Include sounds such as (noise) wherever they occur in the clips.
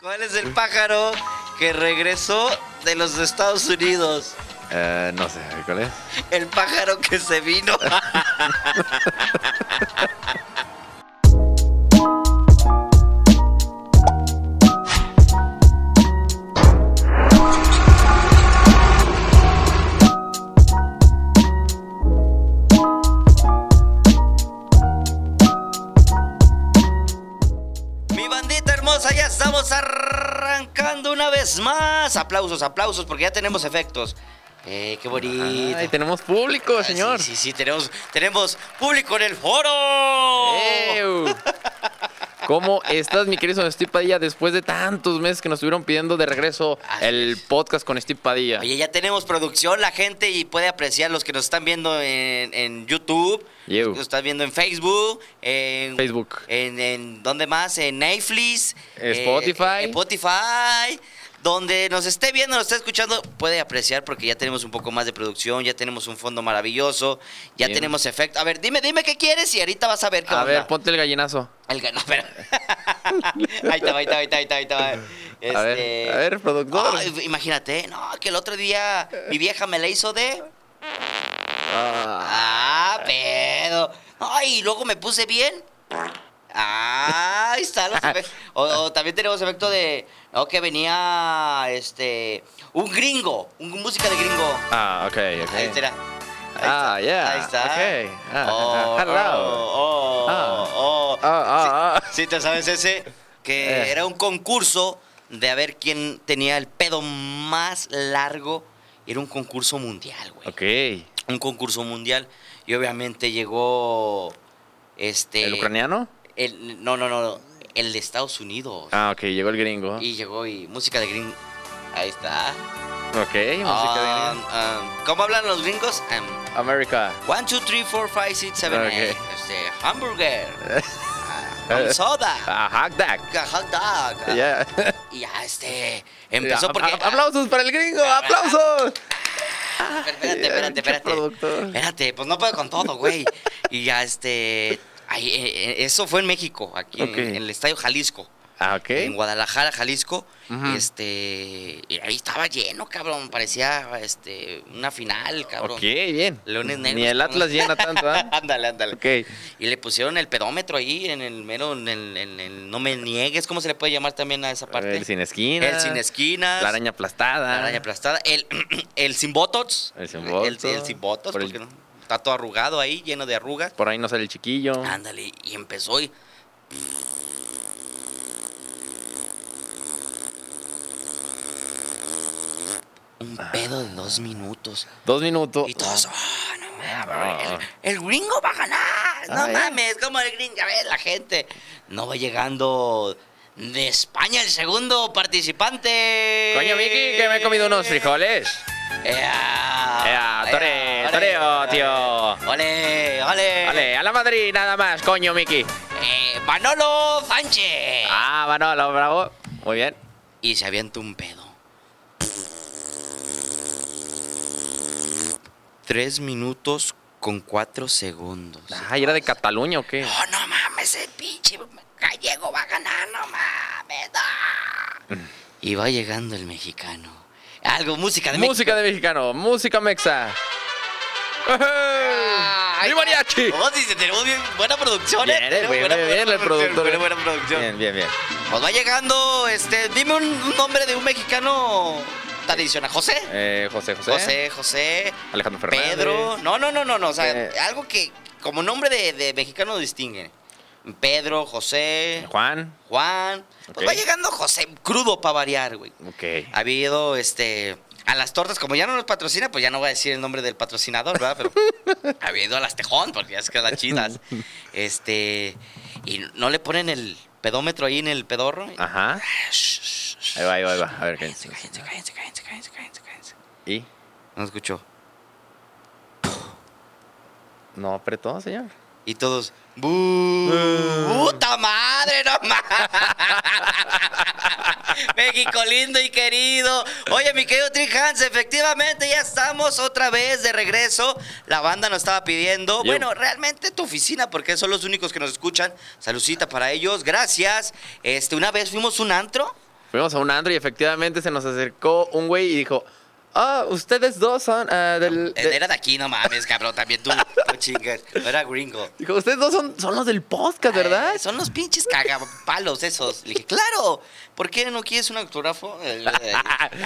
Planes del pájaro que regresó de los Estados Unidos. Eh, no sé, ¿cuál es? El pájaro que se vino. Mi bandita hermosa, ya estamos arrancando una vez más. Aplausos, aplausos, porque ya tenemos efectos. Eh, qué bonito. Ay, tenemos público, Ah, sí, señor. Sí, sí, tenemos, tenemos público en el foro. ¡Ew! ¿Cómo estás, mi querido Steve Padilla? Después de tantos meses que nos estuvieron pidiendo de regreso Así el es. podcast con Steve Padilla. Oye, ya tenemos producción, la gente, y puede apreciar los que nos están viendo en, en YouTube, Yew. los que nos están viendo en Facebook, en Eh, Facebook. en, en- ¿dónde más? En Netflix, eh, Spotify. en Spotify. Donde nos esté viendo, nos esté escuchando, puede apreciar porque ya tenemos un poco más de producción, ya tenemos un fondo maravilloso, ya Bien. tenemos efecto. A ver, dime, dime qué quieres y ahorita vas a ver qué A onda. ver, ponte el gallinazo. El (laughs) ganó, pero. ahí estaba, ahí estaba, ahí estaba, ahí estaba, ahí estaba. Este... A ver, a ver, productor. Ay, imagínate, no, que el otro día mi vieja me la hizo de. Ah, Ah, pedo. Ay, y luego me puse bien. Ah, ahí está. Los efe- o, o también tenemos efecto de. No, que venía. Este. Un gringo. Un, música de gringo. ah, ok, ok. Ahí está. Ahí Ah, está. yeah, Ahí está. okay. Ah, Oh, ah, hello. oh, oh, Ah. oh. Ah, ah, Sí, sí, te sabes ese, que Eh. era un concurso de a ver quién tenía el pedo más largo. Era un concurso mundial, güey. Ok. Un concurso mundial. Y obviamente llegó. Este. ¿El ucraniano? el- no, no, no. El de Estados Unidos. Ah, ok, llegó el gringo. Y llegó y música de Green. Ahí está. Ok, música de Ah, gringo. ah, ¿Cómo hablan los gringos? Ah, América. 1, 2, 3, 4, 5, 6, 7, Ok. 8. Este, (laughs) hamburger. Ah, con soda. Ah, hack Dack. Ah, Hot dog. Ya. Y ya, este. Empezó (laughs) Ya, porque. a- a- ¡Aplausos para el gringo! ¡Aplausos! Ah, Espérate, espérate, Qué espérate. productor. Espérate, pues no puedo con todo, güey. Y ya, este. ahí, eh, eh, eso fue en México, aquí en- Ok. en, el Estadio Jalisco. Ah, ok. En Guadalajara, Jalisco. Ujú. Este. Y ahí estaba lleno, cabrón. Parecía este, una final, cabrón. Ok, bien. Leones Ni negros, el cabrón. Atlas llena (laughs) tanto, ¿ah? Ándale, ándale. Ok. Y le pusieron el pedómetro ahí en el mero, en el, en el- no me niegues, ¿cómo se le puede llamar también a esa parte? El sin esquina. El sin esquinas. La araña aplastada. La araña aplastada. El, (clears throat) el sin botox. El sin botox. El, el sin botox, Por el- porque no, está todo arrugado ahí, lleno de arrugas. Por ahí no sale el chiquillo. Ándale, y empezó y... Un pedo de dos minutos. Dos minutos. Y todos, "Ah, no mames, Ah. el, el gringo va a ganar. No Ah, ¿eh? mames, como el gringo, ya ves, la gente. No va llegando de España el segundo participante. Coño, Vicky, que me he comido unos frijoles. ¡Ea! Ea, tore- ¡Ea! toreo, ¡Ole! tío. ¡Ole! ¡Ole! Vale, a la Madrid nada más, coño, Miki. Eh, ¡Manolo Sánchez! Ah, Manolo, bravo. Muy bien. Y se avienta un pedo. Tres minutos con cuatro segundos. Ah, ¿y era de Cataluña o qué? Oh, No, no mames, el pinche gallego va a ganar, no mames. no. Mm. Y va llegando el mexicano. Algo, música de Música de mexicano, música mexa. Ay, ¡Y mariachi! Oh, sí, sí, tenemos bien, buena producción, eh. Bien, Tenemos bien, buena, bien, buena bien, el producción, productor. eh. buena, buena producción. Bien, bien, bien. Pues va llegando, este, dime un, un nombre de un mexicano tradicional. José. Eh, José, José. José, José. Alejandro Fernández. Pedro. No, no, no, no, no. O sea, Eh. algo que como nombre de, de mexicano distingue. Pedro, José. Juan. Juan. Pues Ok. va llegando José crudo para variar, güey. Ok. Ha habido, este, a las tortas, como ya no nos patrocina, pues ya no voy a decir el nombre del patrocinador, ¿verdad? Pero ha habido a las tejón, porque ya es que las chidas. Este, y no le ponen el pedómetro ahí en el pedorro. Ajá. Ah. Ahí va, ahí va, ahí va. A ver, ¿qué Cállense, cállense, cállense, cállense, cállense, cállense, cállense. ¿Y? No escuchó. No apretó, señor. Y todos, "Bu- ¡puta madre, no mames! (laughs) México lindo y querido. Oye, mi querido Trick Hans, efectivamente ya estamos otra vez de regreso. La banda nos estaba pidiendo. Yo. Bueno, realmente tu oficina, porque son los únicos que nos escuchan. Salucita para ellos, gracias. Este, una vez fuimos a un antro. Fuimos a un andro y efectivamente se nos acercó un güey y dijo, ah, ustedes dos son ah, del... de- Era de aquí, no mames, cabrón. También tú, no chingas. No Era gringo. Dijo, ustedes dos son, son los del podcast, ¿verdad? Eh, son los pinches cagapalos esos. Le dije, claro, ¿por qué no quieres un autógrafo? Eh, (laughs) eh,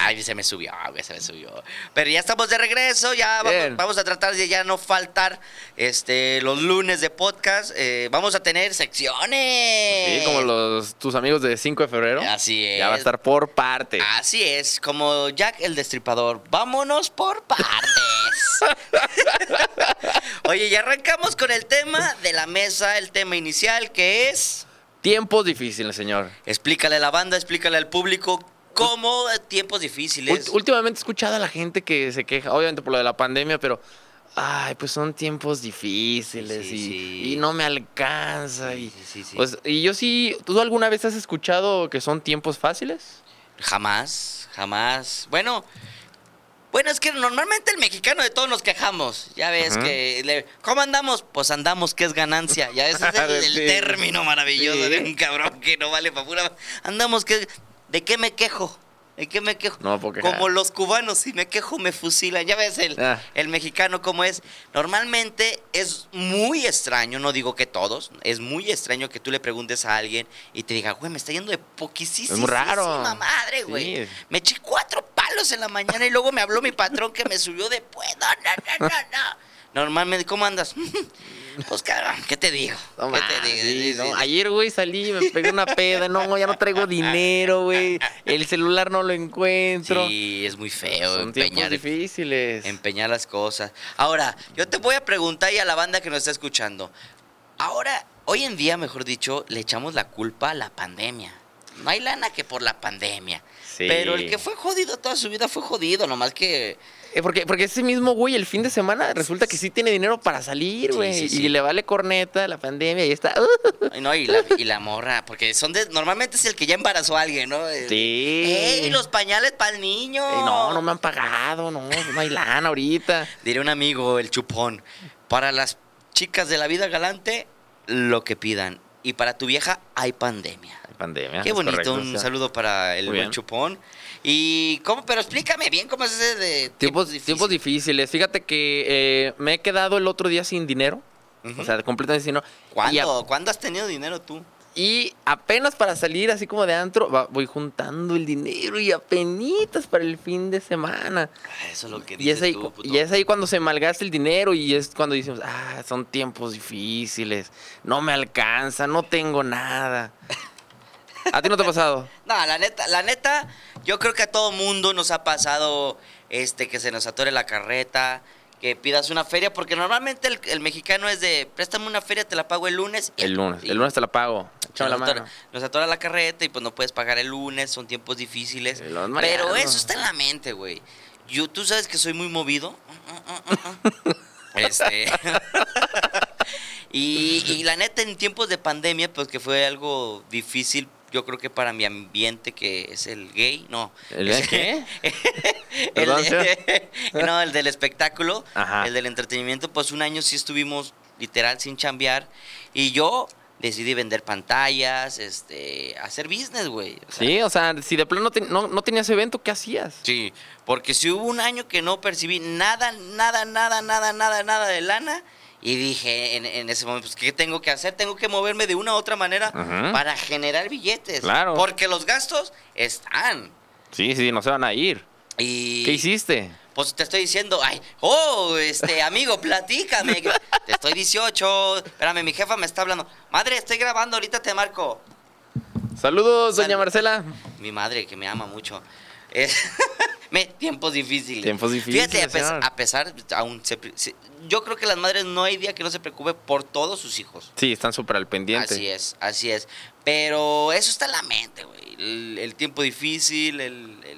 Ay, se me subió, güey, se me subió. Pero ya estamos de regreso, ya vamos, Bien. vamos a tratar de ya no faltar este los lunes de podcast. Eh, vamos a tener secciones. Sí, como los, tus amigos de 5 de febrero. Así es. Ya va a estar por parte. Así es, como Jack el Destripador. Vámonos por (laughs) partes. Oye, ya arrancamos con el tema de la mesa, el tema inicial que es... Tiempos difíciles, señor. Explícale a la banda, explícale al público cómo eh, tiempos difíciles. Ult- últimamente he escuchado a la gente que se queja, obviamente por lo de la pandemia, pero. Ay, pues son tiempos difíciles Sí, y, sí. y no me alcanza. Y, Sí, sí, sí. pues, y yo sí. ¿Tú alguna vez has escuchado que son tiempos fáciles? Jamás, jamás. Bueno, bueno, es que normalmente el mexicano de todos nos quejamos. Ya ves Ajá. que... le- ¿Cómo andamos? Pues andamos, que es ganancia. Ya ese es (laughs) el, el Sí. término maravilloso Sí. de un cabrón que no vale para pura... Andamos, que... ¿De qué me quejo? ¿De qué me quejo? No (laughs) me puedo quejar. Como los cubanos, si me quejo me fusilan. Ya ves el, Ah. el mexicano como es. Normalmente es muy extraño, no digo que todos, es muy extraño que tú le preguntes a alguien y te diga, güey, me está yendo de poquísimo. Es muy raro. madre, güey. Sí. Me eché cuatro palos en la mañana y luego me habló mi patrón que me subió de puedo. No, no, no, no. Normalmente, ¿cómo andas? (laughs) pues, cabrón, ¿qué te digo? No ¿Qué más, te digo? sí, Sí, no. sí. Ayer, güey, salí, me pegué una peda. No, ya no traigo dinero, güey. El celular no lo encuentro. Sí, es muy feo son tiempos empeñar em, difíciles. empeñar las cosas. Ahora, yo te voy a preguntar y a la banda que nos está escuchando. Ahora, hoy en día, mejor dicho, le echamos la culpa a la pandemia. No hay lana que por la pandemia. Sí. Pero el que fue jodido toda su vida fue jodido, nomás que... Eh, porque, porque ese mismo güey el fin de semana resulta que sí tiene dinero para salir, Sí, güey. sí, sí. Y le vale corneta la pandemia y está. Ay, No, y la, y la morra, porque son de... Normalmente es el que ya embarazó a alguien, ¿no? Sí. ¡Ey, los pañales para el niño! Eh, no, no me han pagado, no, pues no hay lana ahorita. Diré un amigo, el chupón. Para las chicas de la vida galante, lo que pidan. Y para tu vieja, hay pandemia. Hay pandemia. Qué Ah, es bonito, correcto, un o sea, saludo para el Muy buen bien. chupón. Y cómo, pero explícame bien cómo es ese de Tiempos, tiempos difíciles. Fíjate que eh, me he quedado el otro día sin dinero. Ujú. O sea, completamente sin dinero. Y, a- ¿Cuándo? ¿Cuándo has tenido dinero tú? y apenas para salir así como de antro, va- voy juntando el dinero y apenitas para el fin de semana. Ah, Eso es lo que Y dices es, ahí, tú, cu- puto. y es ahí cuando se malgasta el dinero y es cuando decimos, ah, son tiempos difíciles, no me alcanza, no tengo nada. ¿A ti no te ha pasado? No, la neta, la neta, yo creo que a todo mundo nos ha pasado este que se nos atore la carreta, que pidas una feria, porque normalmente el, el mexicano es de préstame una feria, te la pago el lunes. y- El lunes, y- el lunes te la pago. Échame la nos, atora, mano. nos atora la carreta y pues no puedes pagar el lunes, son tiempos difíciles. El lunes Pero mañana. eso está en la mente, güey. Yo, tú sabes que soy muy (laughs) movido. Este. y, y la neta, en tiempos de pandemia, pues que fue algo difícil, yo creo que para mi ambiente, que es el gay, no. ¿El es- qué? (laughs) el, Perdón, señor. (laughs) no, el del espectáculo, Ajá. el del entretenimiento, pues un año sí estuvimos literal sin chambear y yo decidí vender pantallas, este, hacer business, güey. o sea, Sí, o sea, si de plano no, ten- no- no tenías evento, ¿qué hacías? Sí, porque si hubo un año que no percibí nada, nada, nada, nada, nada, nada de lana. Y dije en, en ese momento, pues, ¿qué tengo que hacer? Tengo que moverme de una u otra manera Ajá. para generar billetes. Claro. Porque los gastos están. Sí, sí, no se van a ir. Y ¿Qué hiciste? Pues te estoy diciendo, ay, oh, este amigo, platícame. te estoy 18. Espérame, mi jefa me está hablando. Madre, estoy grabando, ahorita te marco. Saludos, doña Sal- Marcela. Mi madre, que me ama mucho. Eh, (laughs) me, tiempos difíciles. Tiempos difíciles, Fíjate, a, pes- señor. a pesar, aún se pre- se- yo creo que las madres no hay día que no se preocupe por todos sus hijos. Sí, están súper al pendiente. Así es, así es. Pero eso está en la mente, güey. El, el tiempo difícil, el... el-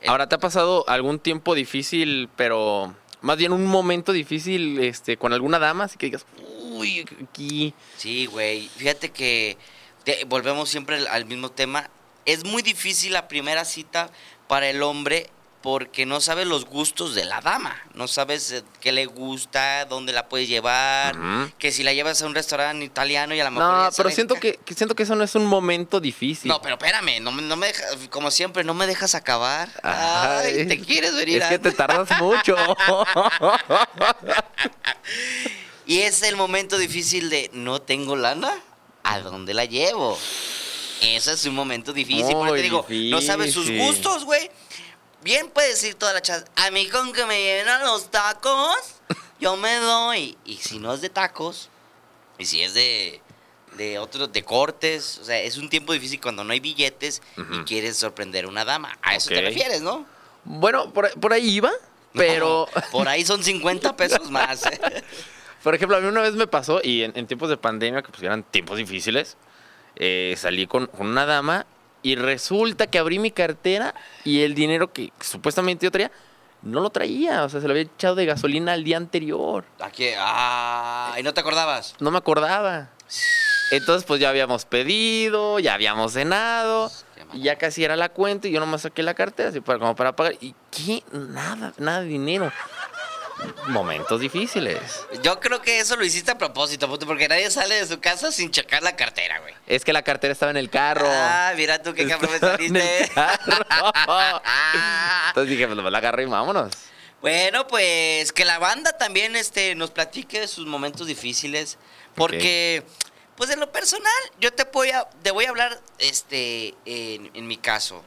el- Ahora, ¿te ha pasado algún tiempo difícil, pero más bien un momento difícil este, con alguna dama? Así que digas, uy, aquí. Sí, güey. Fíjate que te- volvemos siempre al, al mismo tema. Es muy difícil la primera cita para el hombre porque no sabes los gustos de la dama, no sabes eh, qué le gusta, dónde la puedes llevar, Ujú. que si la llevas a un restaurante italiano y a lo mejor... No, ya pero sabe- siento que, que siento que eso no es un momento difícil. No, pero espérame, no, me- no me dejas, como siempre, no me dejas acabar. Ay, Ay, te quieres venir Es que te antes. (laughs) tardas mucho. Y es el momento difícil de no tengo lana, ¿a dónde la llevo? Eso es un momento difícil. Por eso Muy te digo, no sabes sus difícil. gustos, güey. Bien puede decir toda la chas. A mí con que me llenan los tacos, yo me doy. Y si no es de tacos, y si es de, de otros, de cortes, o sea, es un tiempo difícil cuando no hay billetes y Ujú. quieres sorprender a una dama. A eso Ok. te refieres, ¿no? bueno, por, por ahí iba, pero No, (laughs) por ahí son 50 pesos más. ¿eh? (laughs) por ejemplo, a mí una vez me pasó y en, en tiempos de pandemia, que pues eran tiempos difíciles, eh, salí con, con una dama y resulta que abrí mi cartera y el dinero que supuestamente yo traía no lo traía, o sea, se lo había echado de gasolina al día anterior. Aquí, ah, y no te acordabas. No me acordaba. Entonces, pues ya habíamos pedido, ya habíamos cenado, Qué y ya casi era la cuenta y yo nomás saqué la cartera, así para, como para pagar. ¿Y qué? Nada, nada de dinero. Momentos difíciles. Yo creo que eso lo hiciste a propósito, puto, porque nadie sale de su casa sin checar la cartera, güey. Es que la cartera estaba en el carro. Ah, mira tú qué cabrón me Estaba (laughs) en el saliste. carro. Entonces dije, pues la agarré y vámonos. Bueno, pues que la banda también este, nos platique de sus momentos difíciles. Porque, pues en lo personal, yo te voy a, te voy a hablar este, en, en mi caso.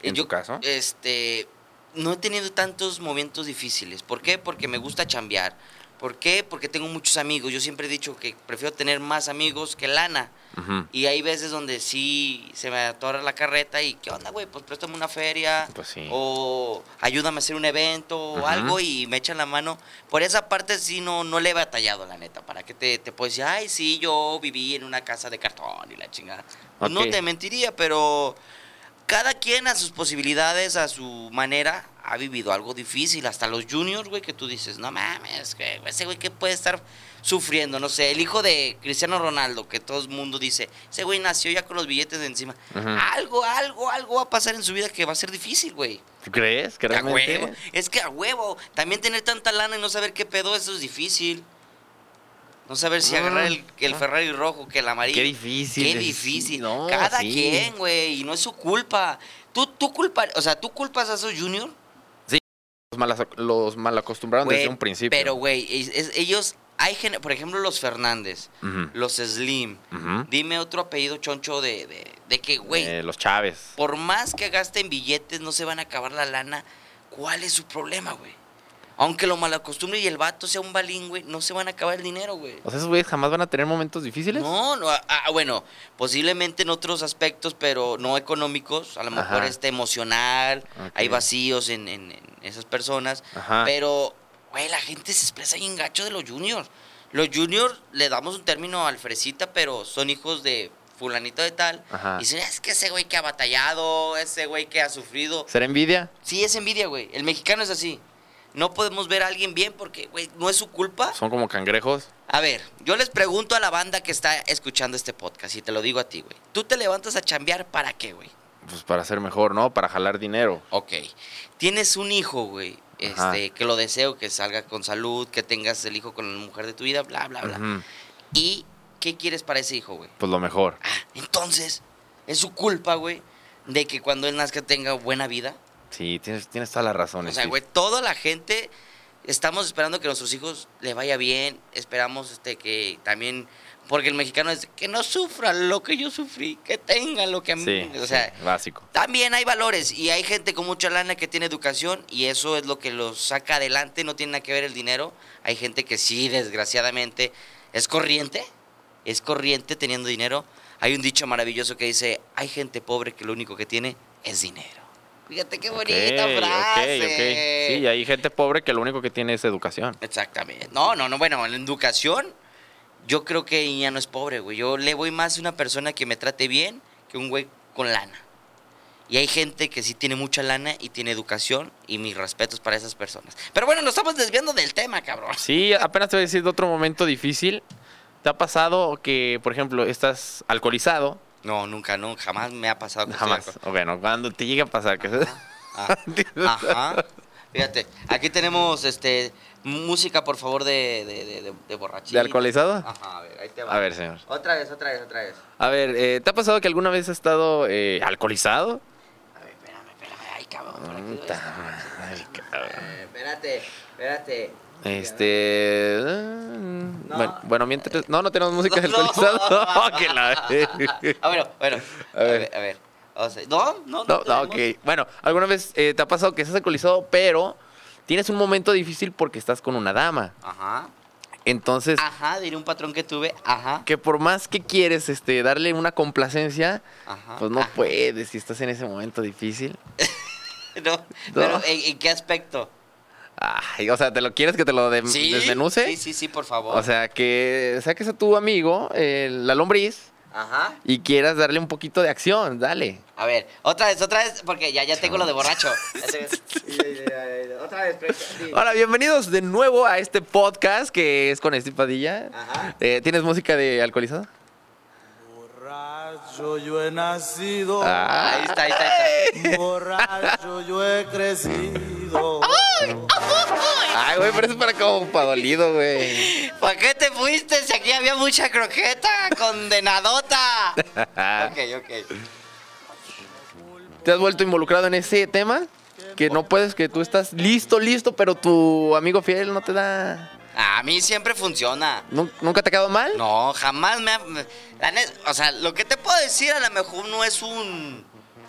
Eh, ¿En tu caso? Este, no he tenido tantos momentos difíciles. ¿Por qué? Porque me gusta chambear. ¿Por qué? Porque tengo muchos amigos. Yo siempre he dicho que prefiero tener más amigos que lana. Ujú. Y hay veces donde sí se me atora la carreta y ¿qué onda, güey? Pues préstame una feria. Pues sí. O ayúdame a hacer un evento o Ujú. algo y me echan la mano. Por esa parte sí no, no le he batallado, la neta. ¿Para que te, te puedo decir? Ay, sí, yo viví en una casa de cartón y la chingada. Pues No Ok. te mentiría, pero cada quien a sus posibilidades, a su manera, ha vivido algo difícil. Hasta los juniors, güey, que tú dices, no mames, que ese güey que puede estar sufriendo, no sé, el hijo de Cristiano Ronaldo, que todo el mundo dice, ese güey nació ya con los billetes de encima. Ujú. Algo, algo, algo va a pasar en su vida que va a ser difícil, güey. ¿Tú crees que A realmente? huevo. Es que a huevo, también tener tanta lana y no saber qué pedo, eso es difícil. No saber si Ah, agarrar el, el ah. Ferrari rojo que el amarillo. Qué difícil. Qué es- difícil. No, Cada sí. quien, güey, y no es su culpa. Tú, tú culpa, o sea, tú culpas a esos junior. Los, malas- los malacostumbraron güey, desde un principio. Pero, güey, es- es- ellos, hay, gen- por ejemplo, los Fernández, Ujú. los Slim. Ujú. Dime otro apellido choncho de, de, de que, güey, Eh, los Chávez. por más que gasten billetes, no se van a acabar la lana. ¿Cuál es su problema, güey? Aunque lo malacostumbre y el vato sea un balín, güey, no se van a acabar el dinero, güey. O sea, esos güeyes jamás van a tener momentos difíciles. No, no, ah, ah, bueno, posiblemente en otros aspectos, pero no económicos, a lo Ajá. mejor este emocional, Ok. hay vacíos en, en- en esas personas, Ajá. pero, güey, la gente se expresa bien gacho de los juniors. Los juniors le damos un término al fresita, pero son hijos de fulanito de tal. Ajá. Y dicen, es que ese güey que ha batallado, ese güey que ha sufrido. ¿Será envidia? Sí, es envidia, güey. El mexicano es así. No podemos ver a alguien bien porque, güey, no es su culpa. Son como cangrejos. A ver, yo les pregunto a la banda que está escuchando este podcast, y te lo digo a ti, güey. ¿Tú te levantas a chambear para qué, güey? Pues para ser mejor, ¿no? Para jalar dinero. Ok. Tienes un hijo, güey. Ajá. Este, que lo deseo, que salga con salud, que tengas el hijo con la mujer de tu vida, bla, bla, bla. Ujú. ¿Y qué quieres para ese hijo, güey? Pues lo mejor. Ah, entonces, es su culpa, güey, de que cuando él nazca tenga buena vida. Sí, tienes, tienes toda la razón. O sea, Steve. güey, toda la gente estamos esperando que a nuestros hijos le vaya bien, esperamos este que también porque el mexicano es que no sufra lo que yo sufrí, que tenga lo que a mí, Sí, em, o sea, sí, básico. también hay valores y hay gente con mucha lana que tiene educación y eso es lo que los saca adelante, no tiene nada que ver el dinero. Hay gente que sí, desgraciadamente, es corriente, es corriente teniendo dinero. Hay un dicho maravilloso que dice, hay gente pobre que lo único que tiene es dinero. Fíjate qué bonita Ok, ok, frase. ok. Sí, hay gente pobre que lo único que tiene es educación. Exactamente. No, no, no, bueno, en la educación yo creo que ya no es pobre, güey. Yo le voy más a una persona que me trate bien que un güey con lana. Y hay gente que sí tiene mucha lana y tiene educación y mis respetos para esas personas. Pero bueno, nos estamos desviando del tema, cabrón. Sí, apenas te voy a decir de otro momento difícil. ¿Te ha pasado que, por ejemplo, estás alcoholizado? No, nunca, no, jamás me ha pasado. que estoy Jamás. Ah, alcohol- (laughs) Bueno, cuando te llegue a pasar que Ah, ajá. Fíjate, aquí tenemos este música, por favor, de, de, de, de, de borrachín. ¿De alcoholizado? Ajá, a ver, ahí te va. A ver, señor. Otra vez, otra vez, otra vez. A ver, eh, ¿te ha pasado que alguna vez has estado eh, alcoholizado? A ver, espérame, espérame. Ay, cabrón, por aquí doy Puta esta. madre, cabrón. Eh, Espérate, espérate. Este. No. Bueno, bueno, mientras. No, no tenemos música de No. alcoholizado. (laughs) (laughs) que la- Ah, bueno, bueno. (laughs) A A ver. ver, a ver. O sea, no, no, no. No, no, ok. tenemos. Bueno, ¿alguna vez eh, te ha pasado que estás alcoholizado, pero tienes un momento difícil porque estás con una dama? Ajá. Entonces, Ajá, diré un patrón que tuve. Ajá. que por más que quieres este, darle una complacencia, Ajá. pues no ajá. puedes si estás en ese momento difícil. (laughs) No, pero ¿en, en qué aspecto? Ay, o sea, ¿te lo quieres que te lo de- desmenuce? Sí, sí, sí, por favor. O sea, que saques a tu amigo, eh, la lombriz, Ajá. y quieras darle un poquito de acción, dale. A ver, otra vez, otra vez, porque ya, ya tengo lo de (laughs) borracho. Ya tengo- Sí, sí, sí, otra vez, pero- sí. Hola, bienvenidos de nuevo a este podcast que es con Steve Padilla. Ajá. Eh, ¿Tienes música de alcoholizado? Borracho yo he nacido, Ah. Ahí está, ahí está, ahí está. borracho yo he crecido. Ay, güey, pero eso es para como para dolido, güey. ¿Para qué te fuiste si aquí había mucha croqueta, (laughs) condenadota? ok, ok. (laughs) ¿Te has vuelto involucrado en ese tema? Que no puedes, que tú estás listo, listo, pero tu amigo fiel no te da... A mí siempre funciona. ¿Nun- ¿Nunca te ha quedado mal? No, jamás me ha... me- la net- o sea, lo que te puedo decir a lo mejor no es un...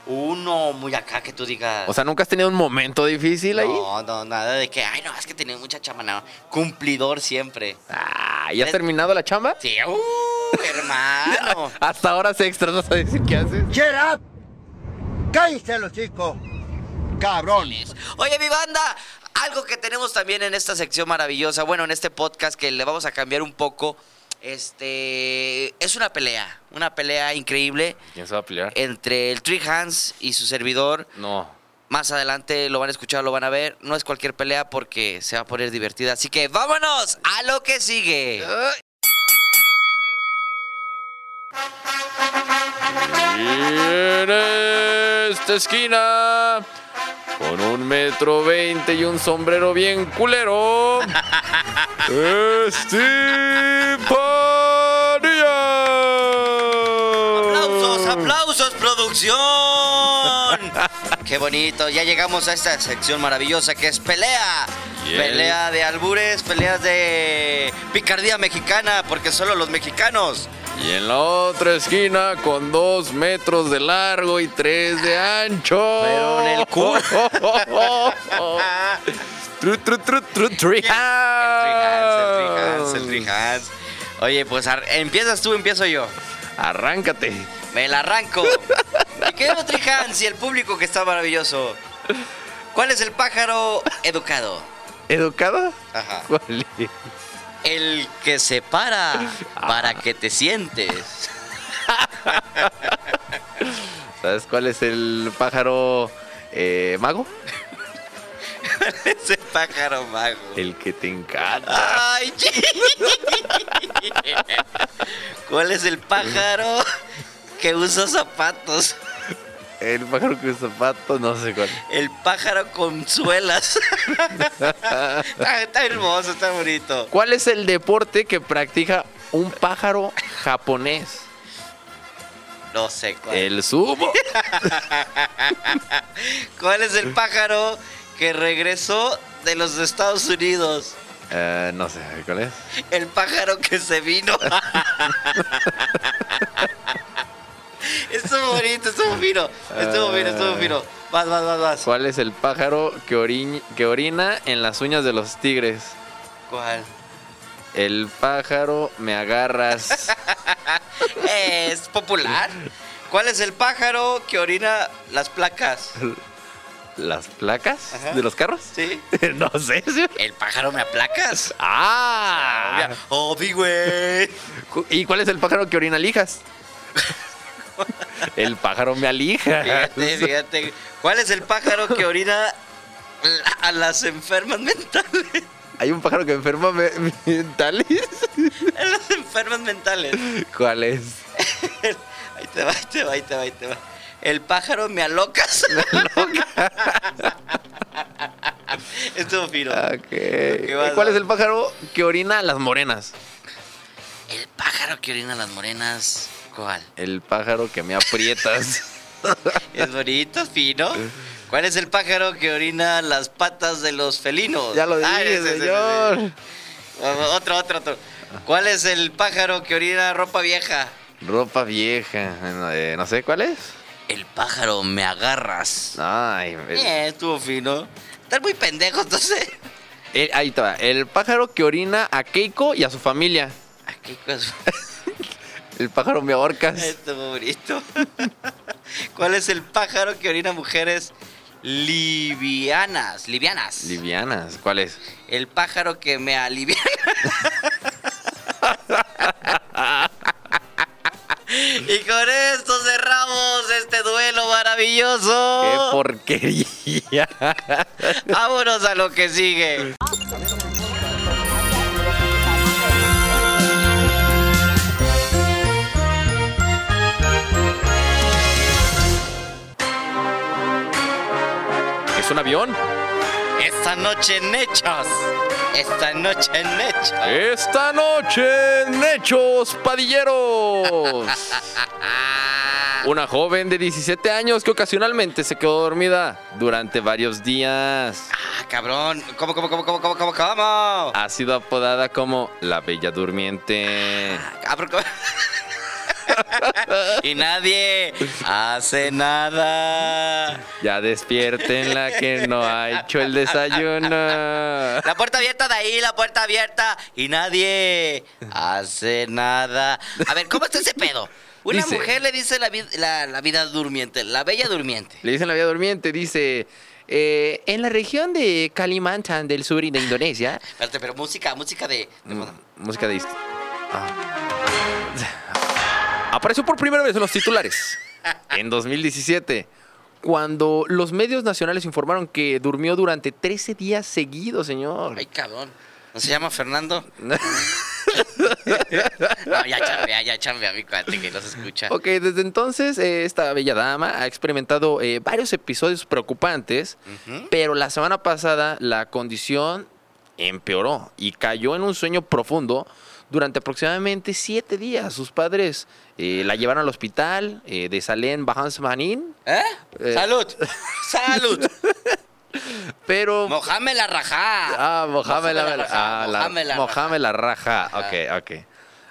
Uno muy acá que tú digas... O sea, ¿nunca has tenido un momento difícil ahí? no, no, nada de que, ay, no, es que tenía mucha chama, no. Cumplidor siempre. Ah, ¿y has terminado la chamba? Sí, uh, hermano. (laughs) Hasta horas extras vas a decir qué haces. Get up. Cállense los chicos. Cabrones. Oye, mi banda, algo que tenemos también en esta sección maravillosa, bueno, en este podcast que le vamos a cambiar un poco, este, es una pelea, una pelea increíble ¿Quién se va a pelear? entre el Tree Hands y su servidor. No. Más adelante lo van a escuchar, lo van a ver. No es cualquier pelea porque se va a poner divertida. Así que vámonos a lo que sigue. en esta esquina, con un metro veinte y un sombrero bien culero, Steve ¡Aplausos, Padilla. aplausos, (laughs) producción! ¡Qué bonito! Ya llegamos a esta sección maravillosa que es pelea. Yes. Pelea de albures, peleas de picardía mexicana, porque solo los mexicanos. Y en la otra esquina, con dos metros de largo y tres de ancho. Pero en el culo. (laughs) Tru, tru, tru, tru, three El Trihans, hands. el Trihans, el Trihans. Oye, pues ar- empiezas tú, empiezo yo. Arráncate. Me la arranco. Mi querido Trihans y el público que está maravilloso. ¿Cuál es el pájaro educado? ¿Educada? Ajá. ¿Cuál es? El que se para para que te sientes. ¿Sabes cuál es el pájaro eh, mago? (laughs) Ese pájaro mago. El que te encanta. Ay, chi- ¿Cuál es el pájaro que usa zapatos? El pájaro con zapatos, no sé cuál. El pájaro con suelas. (laughs) está, está hermoso, está bonito. ¿Cuál es el deporte que practica un pájaro japonés? No sé cuál. El sumo. ¿Cuál es el pájaro que regresó de los Estados Unidos? (laughs) Eh, no sé, ¿cuál es? El pájaro que se vino. (laughs) estuvo bonito, estuvo fino. Estuvo fino, estuvo fino. Vas, vas, vas, vas. ¿Cuál es el pájaro que, oriñ- que orina en las uñas de los tigres? ¿Cuál? El pájaro me (laughs) agarras. Es popular. ¿Cuál es el pájaro que orina las placas? ¿Las placas Ajá. de los carros? ¿Sí? (laughs) no sé. sí. ¿El pájaro me aplacas? (laughs) ¡Ah! Mira, Oh, mi güey. Cu- ¿Y cuál es el pájaro que orina (laughs) lijas? el pájaro me alija. Fíjate, fíjate. ¿Cuál es el pájaro que orina la- a las enfermas mentales? Hay un pájaro que enferma me- mentales. A las enfermas mentales. ¿Cuál es? Ahí te va, ahí te va, ahí te va, ahí te va. El pájaro me alocas. Zófiro. Ok. ¿Qué vas ¿Cuál a- es el pájaro que orina a las morenas? El pájaro que orina las morenas. ¿Cuál? El pájaro que me aprietas. Es bonito, fino. ¿Cuál es el pájaro que orina las patas de los felinos? (laughs) ya lo dije, Ah, ese, ese, ese. señor. Otro, otro, otro. ¿Cuál es el pájaro que orina ropa vieja? Ropa vieja. No, eh, no sé cuál es. El pájaro me agarras. Ay, el- Eh, estuvo fino. Estás muy pendejo, entonces. el- ahí está. El pájaro que orina a Keiko y a su familia. Aquí cosa. El pájaro me ahorcas. Estuvo bonito. (laughs) ¿Cuál es el pájaro que orina mujeres livianas? Livianas. Livianas. ¿Cuál es? el pájaro que me alivia. y con esto cerramos este duelo maravilloso. ¡Qué porquería! Vámonos a lo que sigue. ¿Es un avión? Esta noche en hechos. Esta noche en hechos. Esta noche en Hechos Padilleros. Ah, Una joven de 17 años que ocasionalmente se quedó dormida durante varios días. Ah, cabrón. ¿Cómo, cómo, cómo, cómo, cómo, cómo, cómo? Ha sido apodada como la Bella Durmiente. Ah, pero ¿cómo? (laughs) y nadie hace nada. Ya despierten la que no ha hecho el desayuno. La puerta abierta de ahí, la puerta abierta. Y nadie hace nada. A ver, ¿cómo está ese pedo? Una Dice- mujer le dice la, vid- la- la vida durmiente, la bella durmiente. Le dicen la Bella Durmiente, dice... eh, en la región de Kalimantan del sur y de Indonesia, Espérate, pero música, música de. de Mm, fondo. Música de hist- Ah. Apareció por primera vez en los titulares en 2017, cuando los medios nacionales informaron que durmió durante 13 días seguidos, señor. Ay, cabrón. ¿No se llama (laughs) Fernando? No, ya chambea, ya chambea, mi cuate, que no se escucha. Ok, desde entonces eh, esta bella dama ha experimentado eh, varios episodios preocupantes, Ujú. pero la semana pasada la condición empeoró y cayó en un sueño profundo durante aproximadamente siete días. Sus padres eh, la llevaron al hospital eh, de Salem Bahans Manin, ¿Eh? Eh. (laughs) ¡Salud! ¡Salud! pero... ¡Mojame la rajá! Ah, Mohamed la, Mohamed la raja, ah, la- Mohamed la Mohamed la raja. Ajá. Ok, ok.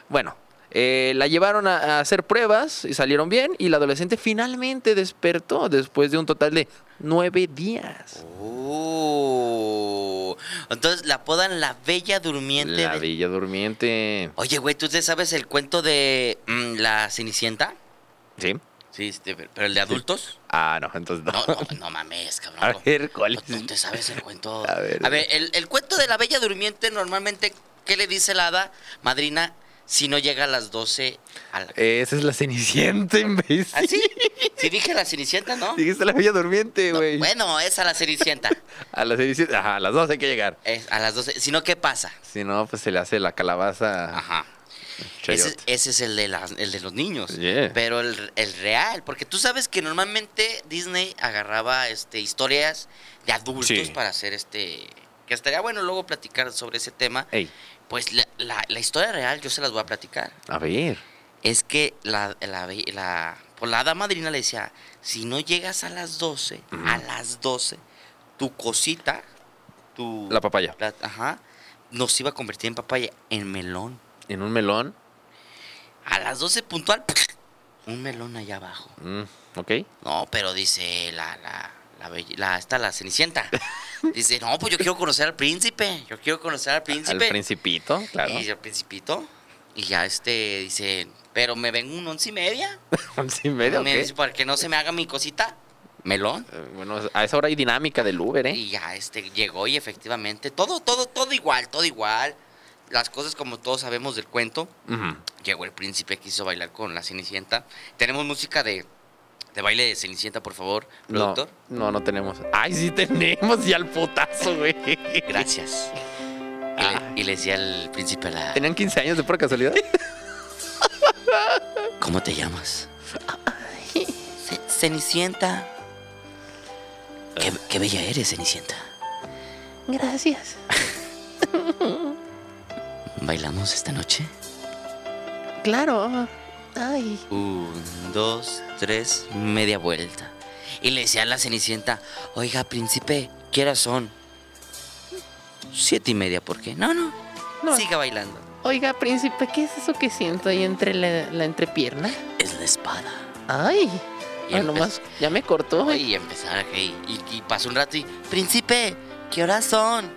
Bueno, eh, la llevaron a, a hacer pruebas y salieron bien y la adolescente finalmente despertó después de un total de nueve días. Uh, entonces la apodan la bella durmiente. La de- Bella Durmiente. Oye, güey, ¿tú te sabes el cuento de mm, la Cenicienta? ¿Sí? Sí, este, pero pero el de (laughs) adultos. Ah, no, entonces no. No, no, no mames, cabrón. (laughs) A no. ver, ¿cuál No, es? no te sabes el cuento. A ver. el, el cuento de la bella durmiente normalmente, ¿qué le dice la hada madrina si no llega a las 12 a la... Esa es la Cenicienta, imbécil. ¿Ah, sí? Sí dije la Cenicienta, ¿no? Dijiste la Bella Durmiente, No, güey. bueno, es a la Cenicienta. A la Cenicienta. Ajá, a las dos hay que llegar. Es a las 12. Si no, ¿qué pasa? Si no, pues se le hace la calabaza. Ajá. Ah, Ese, chayote. ese es eh. el de, las- el de los niños. Yeah. Pero el, el real, porque tú sabes que normalmente Disney agarraba este, historias de adultos Sí. para hacer este... Que estaría bueno luego platicar sobre ese tema. Ey, Pues la, la- la historia real yo se las voy a platicar. a ver. Es que la, la, ve- la, pues la hada madrina le decía, si no llegas a las 12, Ujú. a las 12, tu cosita, tu... La papaya. la- ajá, nos iba a convertir en papaya, en melón. En un melón. A las 12 puntual, un melón allá abajo. Mm, ok. No, pero dice la, la, la, belle- la- esta, la (laughs) cenicienta. Dice, no, pues yo quiero conocer al príncipe, yo quiero conocer al Al príncipe. principito, claro. (laughs) Y el principito. Y ya este dice, pero me ven un once y media. Once y media, Me dice, ok. para que no se me haga mi cosita. Melón. Eh, Bueno, a esa hora hay dinámica del Uber, ¿eh? Y ya este llegó y efectivamente, todo, todo, todo igual, todo igual. Las cosas como todos sabemos del cuento. Ujú. Llegó el príncipe, quiso bailar con la Cenicienta. Tenemos música de, de baile de Cenicienta, por favor, No, productor. no, no tenemos. Ay, sí tenemos, y al putazo, güey. (laughs) Gracias. Y, le, y le decía al príncipe a la... ¿Tenían 15 años de (laughs) pura casualidad? ¿Cómo te llamas? Ce- Cenicienta. Qué, qué bella eres, Cenicienta. Gracias. ¿Bailamos esta noche? Claro. Ay. Un, dos, tres, media vuelta. Y le decía a la Cenicienta, oiga, príncipe, ¿qué horas son? Siete y media, ¿por qué? No, no, No. siga bailando. Oiga, príncipe, ¿qué es eso que siento ahí entre la, la entrepierna? Es la espada. Ay. Y Ah, empezó- nomás, ya me cortó. Y empezar ahí. Y, y pasó un rato y, príncipe, ¿qué horas son?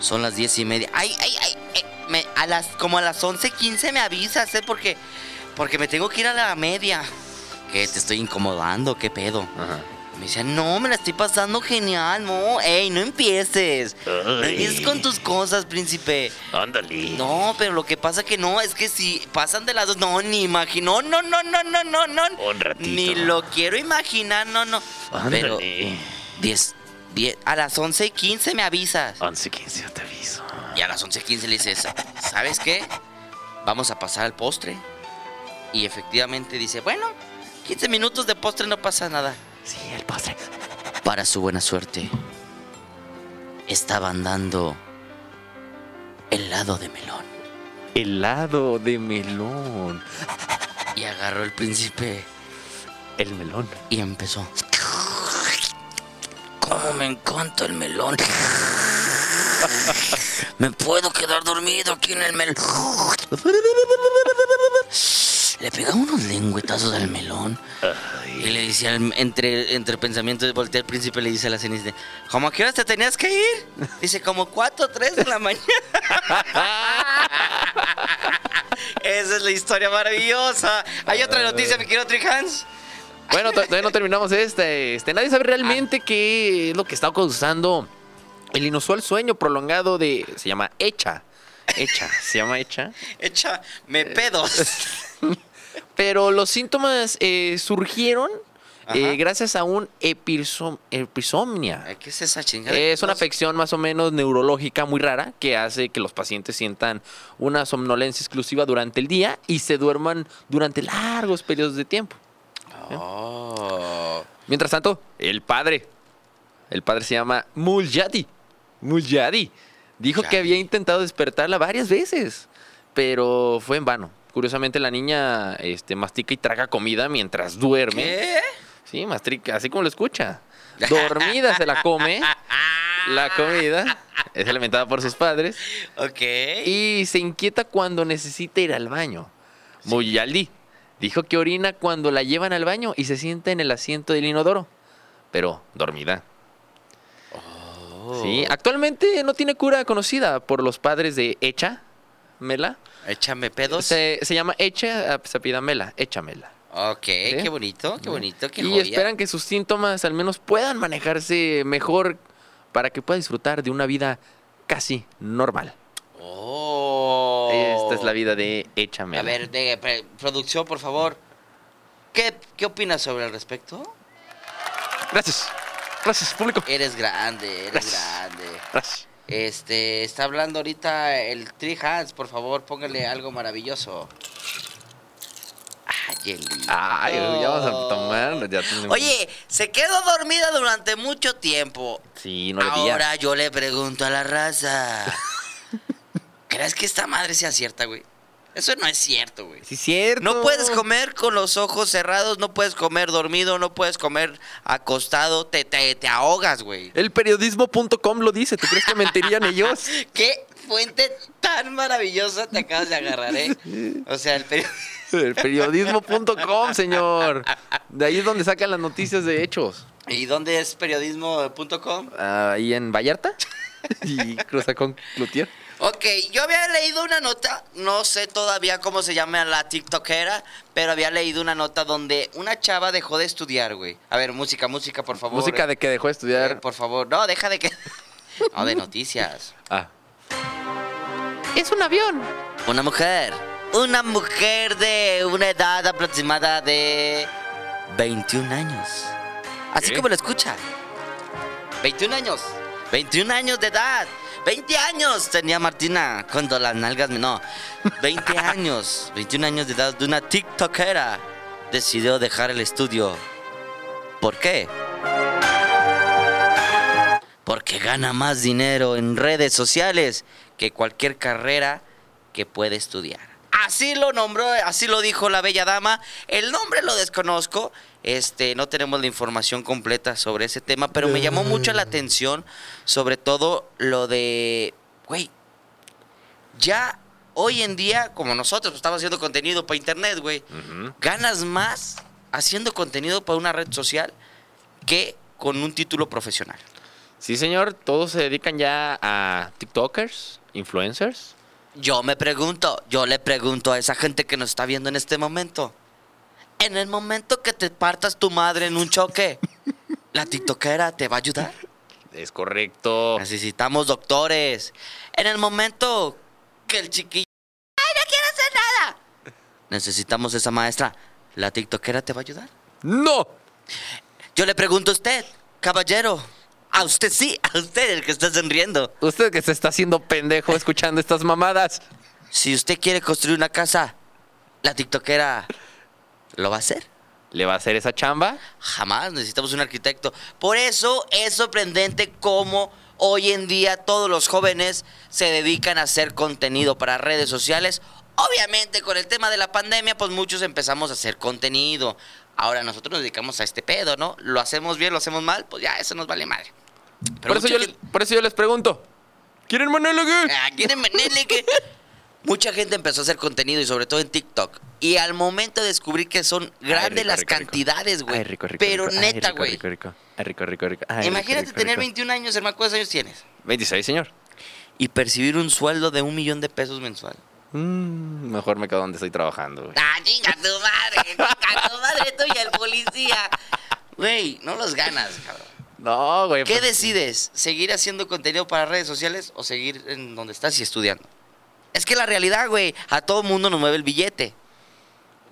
Son las diez y media. Ay, ay, ay. ay, me- a las, como a las once quince me avisas, ¿eh? Porque, porque me tengo que ir a la media. ¿Qué? ¿Te estoy incomodando? ¿Qué pedo? Ajá. Me decía, no, me la estoy pasando genial, no. Ey, no empieces. No Ay. empieces con tus cosas, príncipe. Ándale. No, pero lo que pasa que no, es que si pasan de las dos, no, ni imagino, no, no, no, no, no, no. Un ratito. Ni lo quiero imaginar, no, no. Pero Ándale. 10, 10, a las 11 y 15 me avisas. 11, 15, yo te aviso. Y a las 11 y 15 le dices, ¿sabes qué? Vamos a pasar al postre. Y efectivamente dice, bueno, 15 minutos de postre no pasa nada. Sí, el postre. Para su buena suerte, estaban dando helado de melón. Helado de melón. Y agarró el príncipe El melón. y empezó. ¿Cómo me encanta el melón? Me puedo quedar dormido aquí en el melón. Le pegaba unos lengüetazos al melón. Y le decía, al- entre, entre pensamientos, voltea el príncipe y le dice a la cenista, ¿cómo a qué horas te tenías que ir? Dice, como 4 o 3 de la mañana. Esa es la historia maravillosa. Hay otra noticia, mi querido Trihans. Bueno, to- todavía no terminamos esta. Este. Nadie sabe realmente qué es lo que está causando el inusual sueño prolongado de. Se llama Hecha. Hecha. Se llama Hecha. Echa, me (laughs) pedos. Pero los síntomas eh, surgieron Ajá. eh, gracias a un episom- episomnia. Ay, ¿Qué es esa chingada? Es una No sé. afección más o menos neurológica muy rara que hace que los pacientes sientan una somnolencia exclusiva durante el día y se duerman durante largos periodos de tiempo. ¿Eh? Oh. Mientras tanto, el padre, el padre se llama Mulyadi, Mulyadi, dijo Yadi. que había intentado despertarla varias veces, pero fue en vano. Curiosamente, la niña este, mastica y traga comida mientras duerme. ¿Qué? Sí, mastica, así como lo escucha. Dormida se la come, la comida, es alimentada por sus padres Ok. y se inquieta cuando necesita ir al baño. Muyaldi dijo que orina cuando la llevan al baño y se sienta en el asiento del inodoro, pero dormida. Oh. Sí, actualmente no tiene cura conocida por los padres de Echa Mela. Échame pedos. Se, se llama Echa, ah, pues, se apida Mela, Echa Mela. Ok, Sí. qué bonito, qué bonito, qué y joya. esperan que sus síntomas al menos puedan manejarse mejor para que pueda disfrutar de una vida casi normal. Oh. Esta es la vida de Echa Mela. A ver, de, pre- producción, por favor. ¿Qué, ¿Qué opinas sobre el respecto? Gracias. Gracias, público. Eres grande, (laughs) eres Gracias. grande. Gracias. Este, está hablando ahorita el Tree Hands, por favor, póngale algo maravilloso. Ay, Eli. Ay, ya vamos a tomar. ya tenemos- Oh. Oye, se quedó dormida durante mucho tiempo. Sí, no le Ahora yo le pregunto a la (laughs) raza. ¿Crees que esta madre sea cierta, güey? Eso no es cierto, güey. Sí, cierto. No puedes comer con los ojos cerrados, no puedes comer dormido, no puedes comer acostado, te, te, te ahogas, güey. El periodismo.com lo dice. ¿Tú crees que mentirían ellos? (laughs) Qué fuente tan maravillosa te acabas de agarrar, ¿eh? (laughs) O sea, el periódico. El periodismo.com, señor. De ahí es donde sacan las noticias de hechos. Ah, ¿Y dónde es periodismo.com? Ahí en Vallarta. (laughs) Y cruza con Cloutier. Ok, yo había leído una nota, no sé todavía cómo se llama la TikTokera, pero había leído una nota donde una chava dejó de estudiar, güey. A ver, música, música, por favor. Música de que dejó de Eh, estudiar. Por favor, no, deja de que. (laughs) No, de noticias. Ah. Es un avión. Una mujer. Una mujer de una edad aproximada de 21 años. Así ¿Qué? como lo escucha. 21 años. 21 años de edad. 20 años tenía Martina cuando las nalgas me... No. 20 años. 21 años de edad de una TikTokera. Decidió dejar el estudio. ¿Por qué? Porque que gana más dinero en redes sociales que cualquier carrera que puede estudiar. Así lo nombró, así lo dijo la bella dama. El nombre lo desconozco. Este, no tenemos la información completa sobre ese tema, pero me llamó mucho la atención, sobre todo lo de, güey, ya hoy en día, como nosotros pues, estamos haciendo contenido para internet, güey, Ujú. ganas más haciendo contenido para una red social que con un título profesional. Sí, señor, todos se dedican ya a TikTokers, influencers. Yo me pregunto, yo le pregunto a esa gente que nos está viendo en este momento. En el momento que te partas tu madre en un choque, ¿la tiktokera te va a ayudar? Es correcto. Necesitamos doctores. En el momento que el chiquillo... ¡Ay, no quiero hacer nada! Necesitamos esa maestra. ¿La tiktokera te va a ayudar? ¡No! Yo le pregunto a usted, caballero. A usted sí, a usted el que está sonriendo. Usted que se está haciendo pendejo escuchando estas mamadas. Si usted quiere construir una casa, la tiktokera lo va a hacer. ¿Le va a hacer esa chamba? Jamás necesitamos un arquitecto. Por eso es sorprendente cómo hoy en día todos los jóvenes se dedican a hacer contenido para redes sociales. Obviamente con el tema de la pandemia, pues muchos empezamos a hacer contenido. Ahora nosotros nos dedicamos a este pedo, ¿no? Lo hacemos bien, lo hacemos mal, pues ya eso nos vale madre. Pero por, eso mucha yo, gente- le- por eso yo les pregunto. ¿Quieren monólogo? Ah, ¿quieren venirle que- Mucha gente empezó a hacer contenido y sobre todo en TikTok. Y al momento descubrí que son grandes rico, las rico, rico. cantidades, güey. Ay, rico, rico, Pero rico. Ay, neta, rico, güey. rico, rico. Ay, rico, rico, rico. Ah, Ay, rico, Imagínate rico, tener rico. 21 años, hermano, ¿cuántos años tienes? 26, señor. Y percibir un sueldo de un millón de pesos mensual. Mm, mejor me quedo donde estoy trabajando, güey. ¡Ah, chinga tu madre! ¡Chinga tu madre tú y el policía! Güey, no los ganas, cabrón. No, güey. ¿Qué pues, decides? ¿Seguir haciendo contenido para redes sociales o seguir en donde estás y estudiando? Es que la realidad, güey, a todo mundo nos mueve el billete.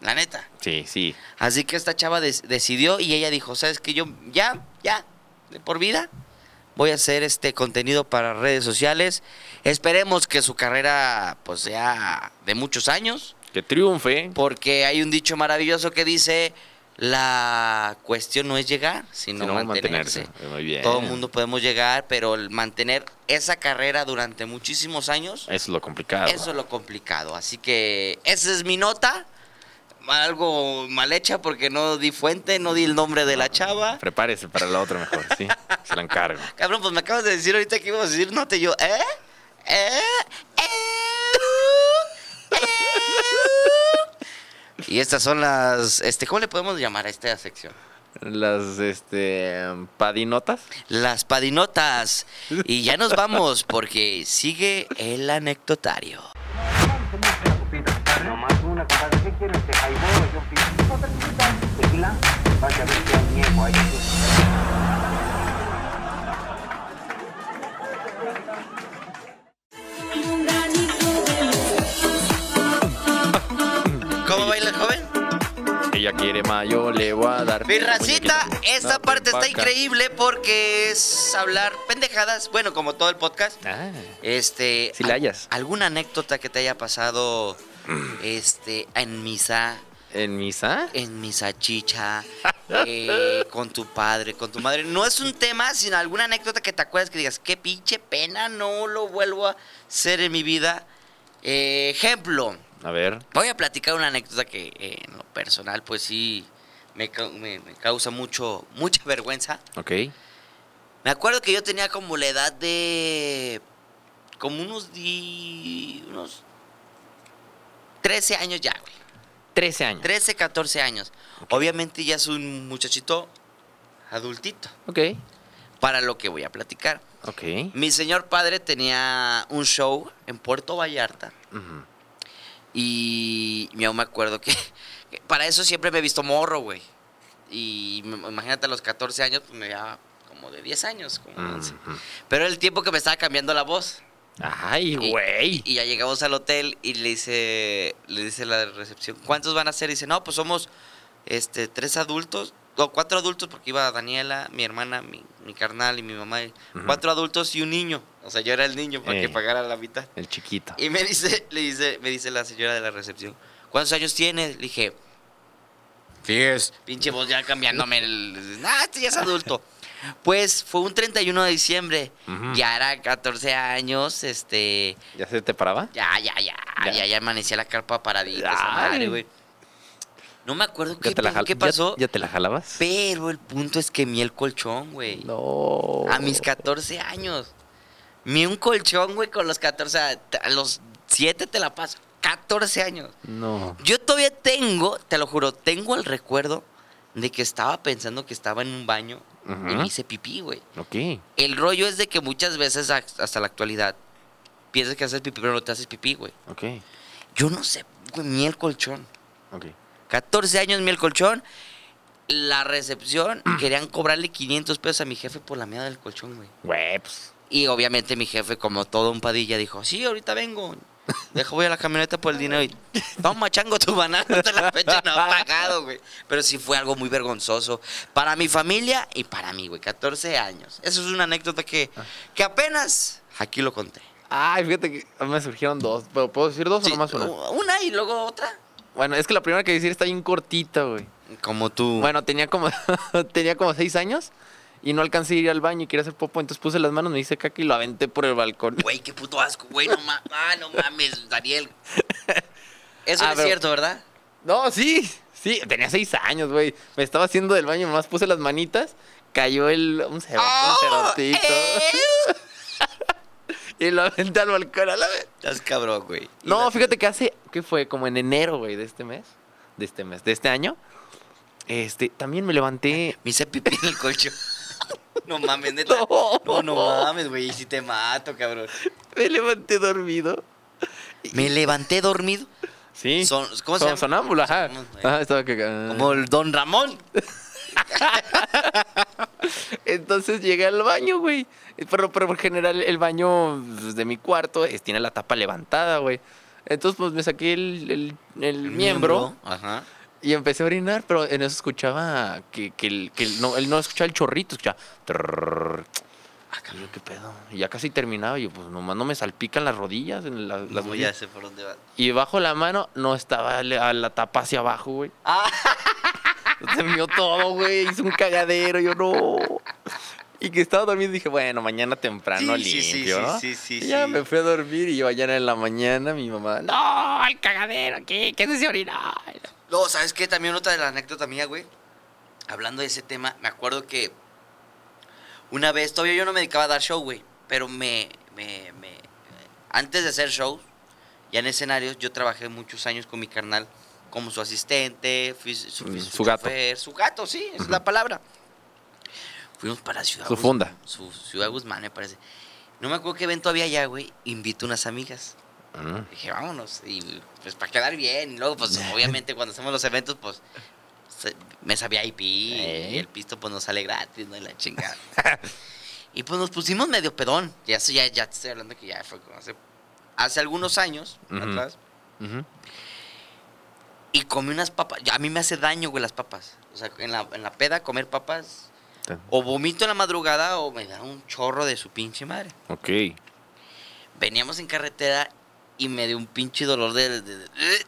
La neta. Sí, sí. Así que esta chava des- decidió y ella dijo, ¿sabes qué? Yo ya, ya, de por vida, voy a hacer este contenido para redes sociales. Esperemos que su carrera pues sea de muchos años, Que triunfe. porque hay un dicho maravilloso que dice, la cuestión no es llegar, sino, Sino mantenerse. mantenerse. Muy bien. Todo el mundo podemos llegar, pero el mantener esa carrera durante muchísimos años, Eso es lo complicado. eso es lo complicado. Así que esa es mi nota. Algo mal hecha porque no di fuente, no di el nombre de la chava. Prepárese para la otra mejor, sí. Se la encargo. Cabrón, pues me acabas de decir ahorita que íbamos a decir nota y yo, ¿eh? ¿Eh? ¿Eh? ¿Eh? Y estas son las, este, ¿cómo le podemos llamar a esta sección? Las, este, padinotas. Las padinotas. Y ya nos vamos porque sigue el anecdotario. Nomás una, compadre. ¿Qué quiere usted? Jaiboro, yo pido. Otra Tequila. Vaya a ver si hay niego ahí. ¿Cómo baila el joven? Ella quiere más, yo le voy a dar. Mi racita, Muñequito. esta No te parte está empaca. increíble porque es hablar pendejadas, bueno, como todo el podcast. Ah, Este, Si la al- hallas. ¿Alguna anécdota que te haya pasado este en misa, ¿En misa? en misa (laughs) chicha, eh, con tu padre, con tu madre? No es un tema, sino alguna anécdota que te acuerdas que digas, qué pinche pena, no lo vuelvo a hacer en mi vida. Eh, ejemplo, A ver. Voy a platicar una anécdota que eh, en lo personal, pues sí, me, cau- me- me causa mucho, mucha vergüenza. Ok. Me acuerdo que yo tenía como la edad de. como unos. di- unos 13 años ya, güey. 13 años. 13, 14 años. Obviamente ya es un muchachito adultito Ok. para lo que voy a platicar. Ok. Mi señor padre tenía un show en Puerto Vallarta. Ujú. Y yo me acuerdo que, que para eso siempre me he visto morro, güey. Y me- imagínate a los 14 años, pues me veía como de 10 años, como 11. Ujú. Pero era el tiempo que me estaba cambiando la voz. Ay, Y- güey. Y, ya llegamos al hotel y le dice, le dice la recepción, ¿cuántos van a ser? Y dice, no, pues somos este, tres adultos, o cuatro adultos, porque iba Daniela, mi hermana, mi, mi carnal y mi mamá. y Ujú. Cuatro adultos y un niño. O sea, yo era el niño para Ey. que pagara la mitad. El chiquito. Y me dice, le dice, me dice la señora de la recepción, ¿cuántos años tienes? Le dije, 10. Pinche voz ya cambiándome el. Ah, este ya es adulto. Pues fue un 31 de diciembre. Ya era 14 años, este. ¿Ya se te paraba? Ya, ya, ya. Ya. Ya, ya, amanecía la carpa paradita, esa Ay. madre, güey. No me acuerdo ¿Ya qué, te la pe- jal- qué ya- pasó, ¿Ya, te la jalabas? pero el punto es que mi el colchón, güey. No. A mis 14 años. Mi un colchón, güey, con los 14. a- A los 7 te la paso. 14 años. No. Yo todavía tengo, te lo juro, tengo el recuerdo de que estaba pensando que estaba en un baño y Ujú. me hice pipí, güey. Ok. El rollo es de que muchas veces, ax- hasta la actualidad, piensas que haces pipí, pero no te haces pipí, güey. Ok. Yo no sé, güey, ni el colchón. Ok. 14 años mi el colchón. La recepción, querían cobrarle 500 pesos a mi jefe por la mierda del colchón, güey. Güey, pues. Y obviamente mi jefe, como todo un padilla, dijo, sí, ahorita vengo. Deja, voy a la camioneta por el dinero y toma, chango, tu banana hasta la fecha no ha pagado, güey. Pero sí fue algo muy vergonzoso para mi familia y para mí, güey, 14 años. Eso es una anécdota que, Ah. que apenas aquí lo conté. Ay, fíjate que me surgieron dos. ¿Pero puedo decir dos Sí, o nomás una? una y luego otra. Bueno, es que la primera que voy a decir está bien cortita, güey. Como tú. Bueno, tenía como, (laughs) tenía como seis años y no alcancé a ir al baño y quería hacer popo, entonces puse las manos, me hice caca y lo aventé por el balcón. Güey, qué puto asco, güey, no, ma- ah, no mames, (laughs) Daniel. Eso Ah, no es pero- cierto, ¿verdad? (laughs) No, sí, sí, tenía seis años, güey. Me estaba haciendo del baño, nomás puse las manitas, cayó el, un, cero, ¡Oh! un cerotito ¡Eh! y lo aventé al balcón a la vez. Estás cabrón, güey. No, fíjate que hace, ¿qué fue? Como en enero, güey, de este mes, de este mes, de este año. Este, también me (laughs) levanté. Me hice pipí en el colchón. (laughs) No mames, neta. No. No, no, mames, güey. Si te mato, cabrón. Me levanté dormido. Me levanté dormido. Sí. Son- ¿cómo se Son- llama? Sonámbulo, ajá. Sonámbulo, eh. Ajá, estaba ah. caca- Como el don Ramón. Entonces llegué al baño, güey. Pero, pero por general el baño pues, de mi cuarto es- tiene la tapa levantada, güey. Entonces pues me saqué el, el- el miembro Ajá. y empecé a orinar, pero en eso escuchaba que, que el- que el- no, él no escuchaba el chorrito, escuchaba... trrrr. Ah, cabrón, qué pedo. Y ya casi terminaba, y yo pues nomás no me salpican las rodillas. En la- las No, ya rodillas. sé por dónde va. Y bajo la mano no estaba le- a la tapa hacia abajo, güey. Ah, Se mió todo, güey. Hizo un cagadero. Yo no. Y que estaba dormido dije, bueno, mañana temprano Sí, sí, sí, limpio, ¿no? sí, sí, sí, Y ya sí. me fui a dormir y yo mañana en la mañana mi mamá, no, el cagadero aquí, ¿qué es ese orinar? no, ¿sabes qué? También otra de la anécdota mía, güey. Hablando de ese tema, me acuerdo que una vez, todavía yo no me dedicaba a dar show, güey. Pero me, me, me. Antes de hacer shows, ya en escenarios, yo trabajé muchos años con mi carnal como su asistente, fui su, fui Mm, su su gato. chofer, su gato, sí, es la palabra. Fuimos para Ciudad Su Guz- funda. Su Ciudad Guzmán, me parece. No me acuerdo qué evento había allá, güey. Invito unas amigas. Dije, vámonos. Y pues para quedar bien. Y luego, pues obviamente cuando hacemos los eventos, pues se- mesa VIP. Y Ey. el pisto pues nos sale gratis, ¿no? Y la chingada. y pues nos pusimos medio pedón. Ya, eso ya, ya te estoy hablando que ya fue como hace, hace algunos años Ujú. atrás. Ujú. Y comí unas papas. Ya, A mí me hace daño, güey, las papas. O sea, en la, en la peda comer papas. Ta- O vomito en la madrugada o me da un chorro de su pinche madre. Ok. Veníamos en carretera y me dio un pinche dolor de... de- de-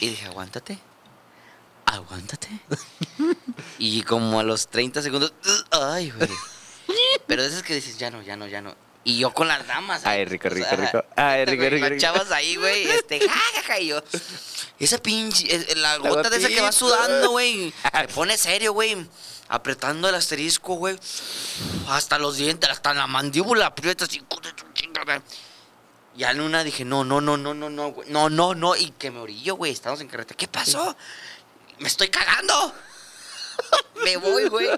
y dije, aguántate. Aguántate. (laughs) y como a los 30 segundos... Ay, güey. Pero de esas que dices, ya no, ya no, ya no. Y yo con las damas. Ay, ¿sabes? rico, O sea, rico, rico. Ay, neta, rico, güey, rico, Las rico. chavas ahí, güey, este, ja, ja, ja, y yo, esa pinche, eh, la gota de esa que va gotita. sudando, güey, me pone serio, güey, apretando el asterisco, güey, hasta los dientes, hasta la mandíbula aprieta así, "Hijo de tu chinga, güey". Ya en una dije, no, no, no, no, no, no, güey, no, no, no, y que me orillo, güey, estamos en carretera, ¿qué pasó? Me estoy cagando. (laughs) Me voy, güey.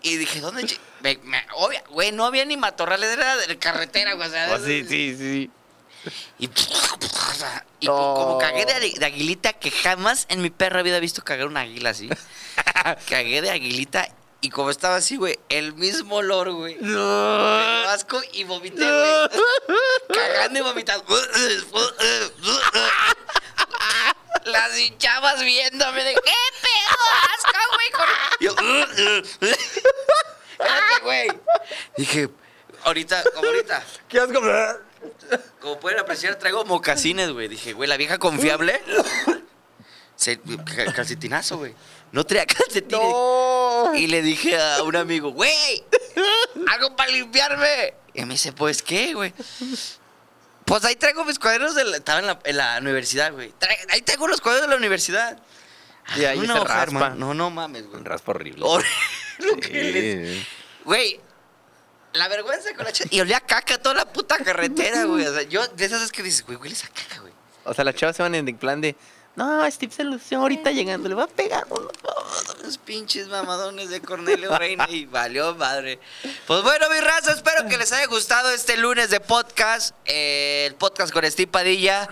Y dije, ¿dónde? chi- Me, me- obvia- güey, no había ni matorrales, era de carretera, güey. O sea, Oh, sí, sí, sí. y, y No. como cagué de, de aguilita, que jamás en mi perra vida he visto cagar una águila así. cagué de aguilita y como estaba así, güey, el mismo olor, güey. Me dio asco y vomité, güey. Cagando y vomitando. Las hinchabas viéndome de qué pedo asco, güey. con-". Yo, Espérate, güey. Dije, ahorita, como ahorita. ¿Qué asco? Como pueden apreciar, traigo mocasines, güey. Dije, güey, la vieja (laughs) confiable. Se, ca- calcetinazo, güey. No traía calcetines. No. Y le dije a un amigo, güey, algo para limpiarme. Y me dice, pues qué, güey. Pues ahí traigo mis cuadernos de la, estaba en la, en la universidad, güey. Tra- ahí traigo los cuadernos de la universidad. Y ahí Una se hoja, raspa. hermano. No, no mames, güey. Un raspa horrible. Horrible, (laughs) lo que les- Sí. Güey, la vergüenza con la chava. Y olía caca toda la puta carretera, güey. O sea, yo, de esas veces que dices, güey, hueles a caca, güey. O sea, las chavas se van en el plan de. No, Steve se lució ahorita llegando, le va a pegar. uno". Los pinches mamadones de Cornelio Reina y valió madre. Pues bueno, mi raza, espero que les haya gustado este lunes de podcast, eh, el podcast con Steve Padilla.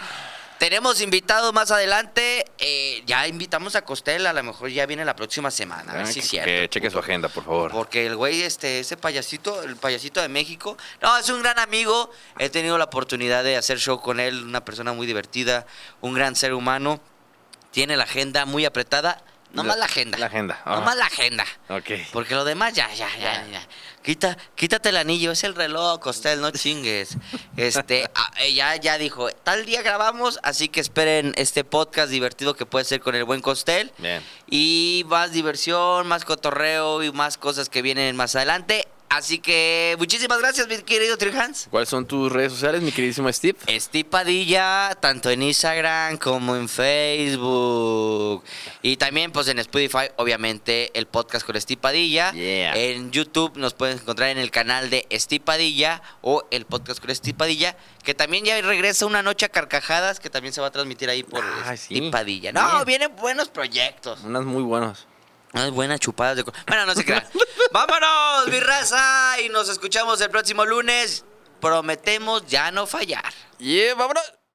Tenemos invitados más adelante. eh, ya invitamos a Costela, a lo mejor ya viene la próxima semana. A ver si "Ah, que, es cierto. que cheque su agenda, por favor. Porque el güey, este, ese payasito, el payasito de México, no, es un gran amigo. He tenido la oportunidad de hacer show con él, una persona muy divertida, un gran ser humano. Tiene la agenda muy apretada. Nomás la, La- agenda. la agenda, ah. Nomás la agenda. Ok. Porque lo demás, ya, ya, ya, ya. Quita, quítate el anillo, es el reloj, Costel, no chingues. Este, (laughs) ah, eh, ya, ya dijo, tal día grabamos, así que esperen este podcast divertido que puede ser con el buen Costel. Bien. Y más diversión, más cotorreo y más cosas que vienen más adelante. Así que muchísimas gracias, mi querido Trihans. ¿Cuáles son tus redes sociales, mi queridísimo Steve? Steve Padilla, tanto en Instagram como en Facebook. Y también, pues en Spotify, obviamente, el podcast con Steve Padilla. Yeah. En YouTube nos pueden encontrar en el canal de Steve Padilla o el podcast con Steve Padilla. Que también ya regresa una noche a carcajadas que también se va a transmitir ahí por Ah, Steve sí. Padilla. No, Bien. vienen buenos proyectos. Unas muy buenas. Unas buenas chupadas Ah, de... co- Bueno, no se crean. (laughs) ¡Vámonos, mi raza! Y nos escuchamos el próximo lunes. Prometemos ya no fallar. Yeah, vámonos.